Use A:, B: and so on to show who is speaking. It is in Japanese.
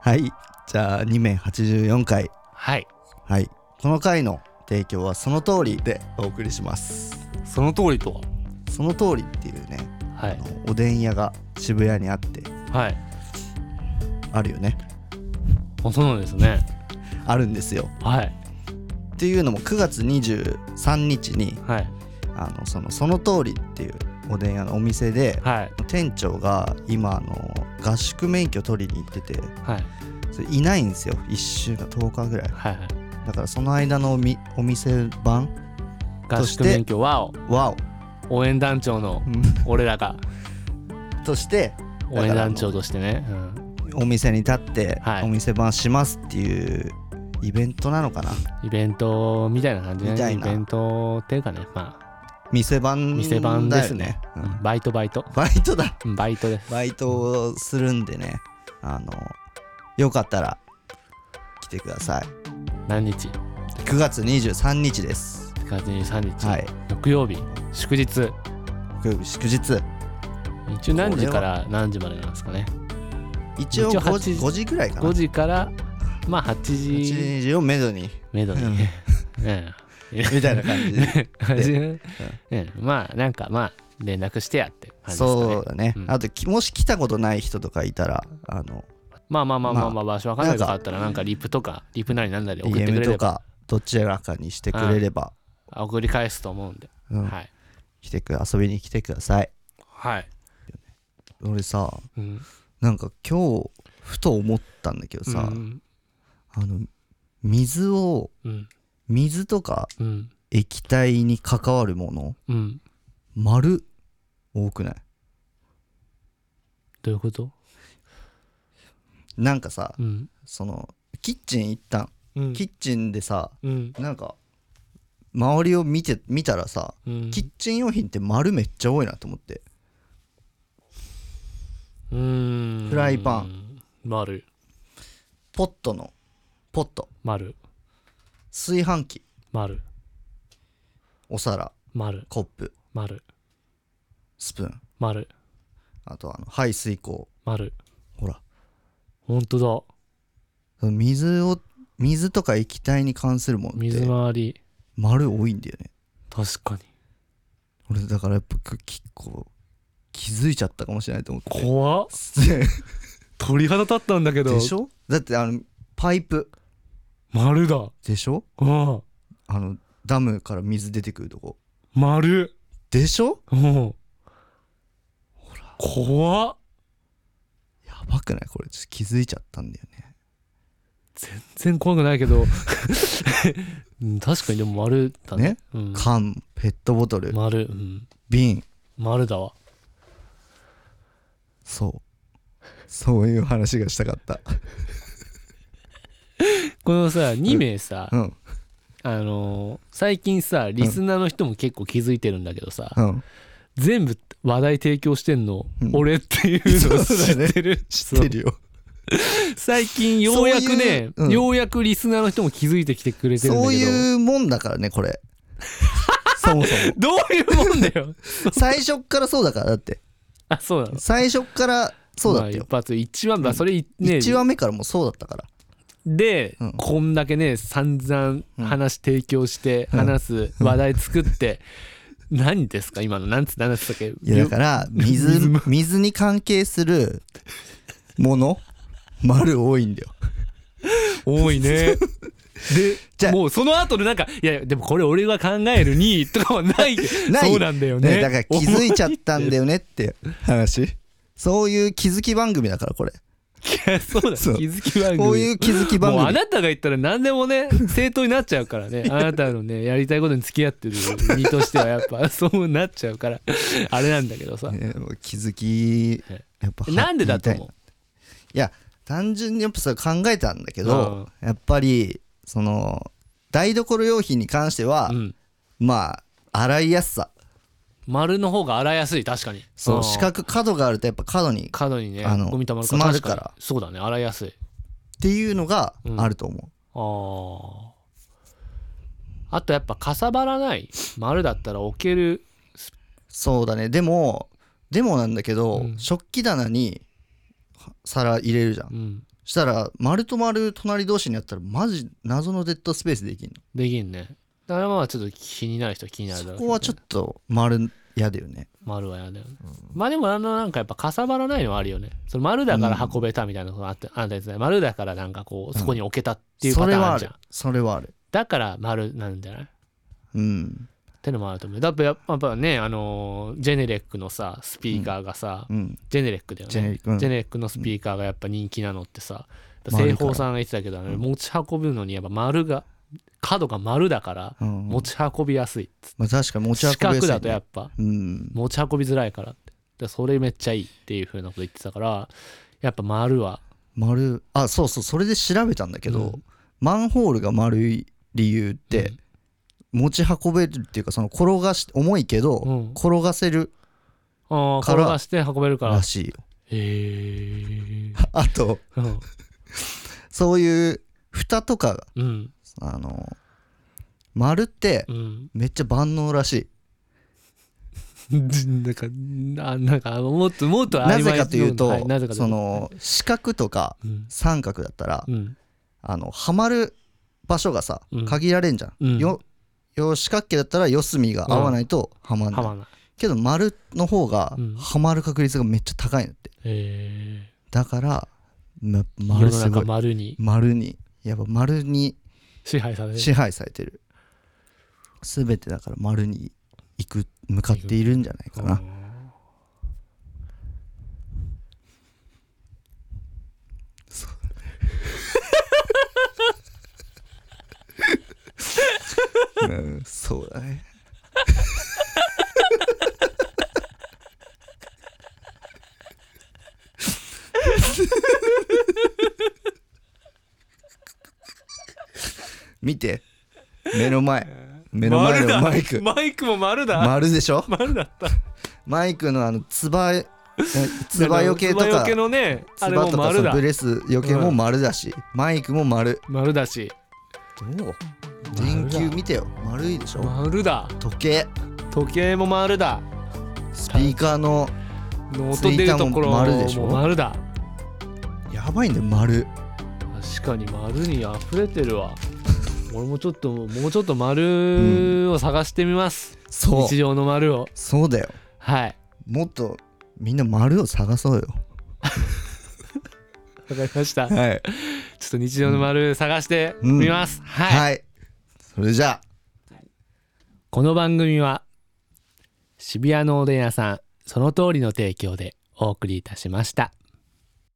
A: はいじゃあ2名84回
B: はい
A: はいこの回の提供はその通りでお送りします
B: その通りとは
A: その通りっていうね
B: は
A: あ
B: い
A: のおでん屋が渋谷にあって
B: はい
A: あるよね
B: あそうなんですね
A: あるんですよ
B: はい
A: っていうのも9月23日に
B: はい
A: あのそのその通りっていうおでん屋のお店で
B: はい
A: 店長が今あの合宿免許取りに行ってて
B: はい
A: それいないんですよ1週間10日ぐらい
B: はいはい
A: だからその間のおみお店版
B: 合
A: そして
B: 宿免許は
A: ワオ
B: 応援団長の俺らが
A: として
B: 応援団長としてね、うん、
A: お店に立って
B: はい
A: お店版しますっていうイベントなのかな
B: イベントみたいな感じ
A: みた
B: ね
A: い
B: イ
A: な
B: ベントっていうかねま
A: 店版
B: 店版
A: だ
B: で
A: よ
B: すね
A: う
B: あ
A: ん
B: バイトバイト
A: バイトだ
B: うんバイトです
A: バイトをするんでねあのよかったら来てください
B: 何日
A: 9月23日です
B: 9月23日、
A: はい
B: 木曜日祝日
A: 木曜日祝日
B: 一応何時から何時までなんですかね
A: 一応
B: 一応
A: 5, 時
B: 8
A: 5時ぐらいかな
B: 5時からまあ8時
A: 8時をめどに
B: めどに、 うん
A: みたいな感 じで
B: うんまあなんかまあ連絡してやって感じですかね
A: そうだね、
B: うん
A: あときもし来たことない人とかいたらあの
B: まあまあまあまあ
A: ま
B: まあ場所わかんない
A: な
B: と
A: んか
B: かあったらなんかリプとかリプなりなんなり送ってく
A: DM
B: れれ
A: と
B: ば
A: かどちらかにしてくれれば、
B: 送り返すと思うんで、
A: うん
B: はい
A: 来てく遊びに来てください
B: はい、
A: 俺さ
B: うん、
A: なんか今日ふと思ったんだけどさ、
B: うん
A: あの水を
B: うん
A: 水とか
B: うん
A: 液体に関わるもの
B: うん
A: 丸多くない
B: どういうこと
A: なんかさ
B: うん
A: そのキッチン行ったん
B: うん
A: キッチンでさ
B: うん
A: なんか周りを見て見たらさ
B: うん
A: キッチン用品って丸めっちゃ多いなと思って
B: うん
A: フライパ
B: ン丸
A: ポットのポット
B: 丸
A: 炊飯器
B: 丸
A: お皿
B: 丸
A: コップ
B: 丸
A: スプーン
B: 丸
A: あとあの排水口
B: 丸
A: ほら
B: ほんと
A: その水を水とか液体に関するも
B: だ
A: のっ
B: 水
A: て
B: 回り
A: 丸多いんだよね
B: 確かに
A: 俺だからやっぱ結構気づいちゃったかもしれないと思って
B: 怖っ鳥肌立ったんだけど
A: でしょ だってあのパイプ
B: 丸だ
A: でしょ
B: うん
A: あのダムから水出てくるとこ
B: 丸
A: でしょ
B: うんほら怖っ
A: やばくないこれちょっと気づいちゃったんだよね
B: 全然怖くないけどうん確かにでも丸だね
A: ね
B: うん、
A: 缶ペットボトル
B: 丸、うん、
A: 瓶
B: 丸だわ
A: そうそういう話がしたか った
B: このさ2名さ、
A: うん
B: あのー最近さリスナーの人も結構気づいてるんだけどさ、
A: うん
B: 全部話題提供してんの、
A: うん
B: 俺っていうのを
A: そ
B: 知
A: うだね
B: ってる
A: 知ってるよ
B: 最近ようやく
A: そう
B: ね
A: いううん
B: ようやくリスナーの人も気づいてきてくれてるんだけど
A: そういうもんだからねこれそもそも
B: どういうもんだよ
A: 最初っからそうだからだって
B: あそうなの
A: 最初っからそうだった
B: まあ
A: よ
B: 一発一番、まあ
A: うん
B: それいね
A: 1話目からもうそうだったから
B: で、
A: うん
B: こんだけね散々話提供して
A: うん
B: 話す話題作って、何ですか今の何つ何だったっけ
A: いやだから水水に関係するもの丸多いんだよ
B: 多 いねで
A: じゃあ
B: もうその後でなんか「いやでもこれ俺が考える に」とかはない
A: ない
B: そうなんだよね
A: ねだから気づいちゃったんだよねって話そういう気づき番組だからこれ
B: いやそうだ気
A: そう
B: づき番組
A: こういう気づき番
B: もうあ
A: 組
B: なたが言ったら何でもね正当になっちゃうから ねあなたのねやりたいことに付き合ってる身としてはやっぱそうなっちゃうからあれなんだけどさ、
A: ねもう気づきやっぱ
B: なんでだと思
A: み
B: う
A: たいないや単純にやっぱそれ考えたんだけど、やっぱりその台所用品に関しては、
B: うん、
A: まあ洗いやすさ
B: 丸の方が洗いやすい確かに
A: そ
B: ん
A: う四角角があるとやっぱ角にっ
B: 角にね
A: あの
B: ゴミ溜まる
A: 詰まるから
B: 確にそうだね洗いやすい
A: ていうのが
B: うん
A: あると思
B: あーあとやっぱかさばらない丸だったら置ける
A: うそうだねでもでもなんだけど、
B: うん
A: 食器棚に皿入れるじゃん
B: うん
A: したら丸と丸隣同士にあったらマジ謎のデッドスペースできんの
B: できんねだからまあちょっと気になる人は気になるだろ
A: そうこはちょっと丸嫌だよね
B: 丸はやだよね、まあでもあのなんかやっぱかさばらないのはあるよねその丸だから運べたみたいなのがあった,、あんたやつね丸だからなんかこうそこに置けたっていうパ
A: そ
B: タ
A: れ
B: ーン
A: は
B: あ
A: あ
B: るじゃ
A: る
B: ん、
A: それはある
B: だから丸なんじゃないっ
A: うん
B: てのもあると思うだってやっぱやっぱねあのージェネレックのさスピーカーがさ、
A: うん
B: ジェネレックだよね
A: ジェネリック、うん
B: ジェネリックのスピーカーがやっぱ人気なのってさ
A: 丸
B: 西
A: いから
B: 方さんが言ってたけど、ね持ち運ぶのにやっぱ丸が角が丸だから
A: うん
B: 持ち運びやすいっつって、
A: まあ、確かに持ち運
B: 四角
A: びやす
B: だ
A: い
B: と
A: ね
B: やっぱ
A: うん
B: 持ち運びづらいからってでそれめっちゃいいっていうふうなこと言ってたからやっぱ丸は
A: 丸あそうそうそれで調べたんだけど、
B: うん
A: マンホールが丸い理由って、持ち運べるっていうかその転がし重いけど、
B: うん
A: 転がせる
B: ああ
A: から
B: 転がして運べるから
A: ら
B: へ
A: しいよ
B: え
A: あと
B: うん
A: そういう蓋とかが
B: うん
A: あの丸って
B: うん
A: めっちゃ万能らしい
B: なんかななんかもっともっと曖
A: な
B: 昧
A: ぜかというと、
B: はいなぜかというと
A: その四角とか
B: うん
A: 三角だったら、
B: うん
A: あのはまる場所がさ
B: うん
A: 限られんじゃん、
B: うん
A: よよ四角形だったら四隅が合わないとはまんない、
B: はまらない
A: けど丸の方が
B: うん
A: はまる確率がめっちゃ高いのって
B: へえ
A: だから、ま、
B: 世
A: 丸
B: の
A: すごい
B: 中丸に
A: 丸にやっぱ丸に
B: 支配される
A: 支配されてる全てだから丸に行く向かっているんじゃないかなうんそうだね見て目の前目の前のマイク
B: マイクも丸だ
A: 丸でしょ
B: 丸だった
A: マイクのあのつばえつばよけと
B: つばよ
A: か
B: けのねあ
A: つ
B: れ
A: ば
B: も
A: とか
B: 丸
A: その
B: だ
A: ブレスよけも丸だしマイクも丸
B: 丸だし
A: どう電球見てよ丸いでしょ
B: 丸だ
A: 時計
B: 時計も丸だ
A: スピーカーの
B: の音出るところ
A: スイカも丸でしょ
B: もう丸だ
A: やばいんだよ丸
B: 確かに丸に溢れてる わ俺もちょっともうちょっと丸を探してみます、
A: そう
B: 日常の丸を
A: そうだよ
B: はい
A: もっとみんな丸を探そうよ
B: わかりましたちょっ
A: はい
B: と日常の丸探してみます、はい
A: はいそれじゃあ
B: この番組は渋谷のおでん屋さんその通りの提供でお送りいたしました。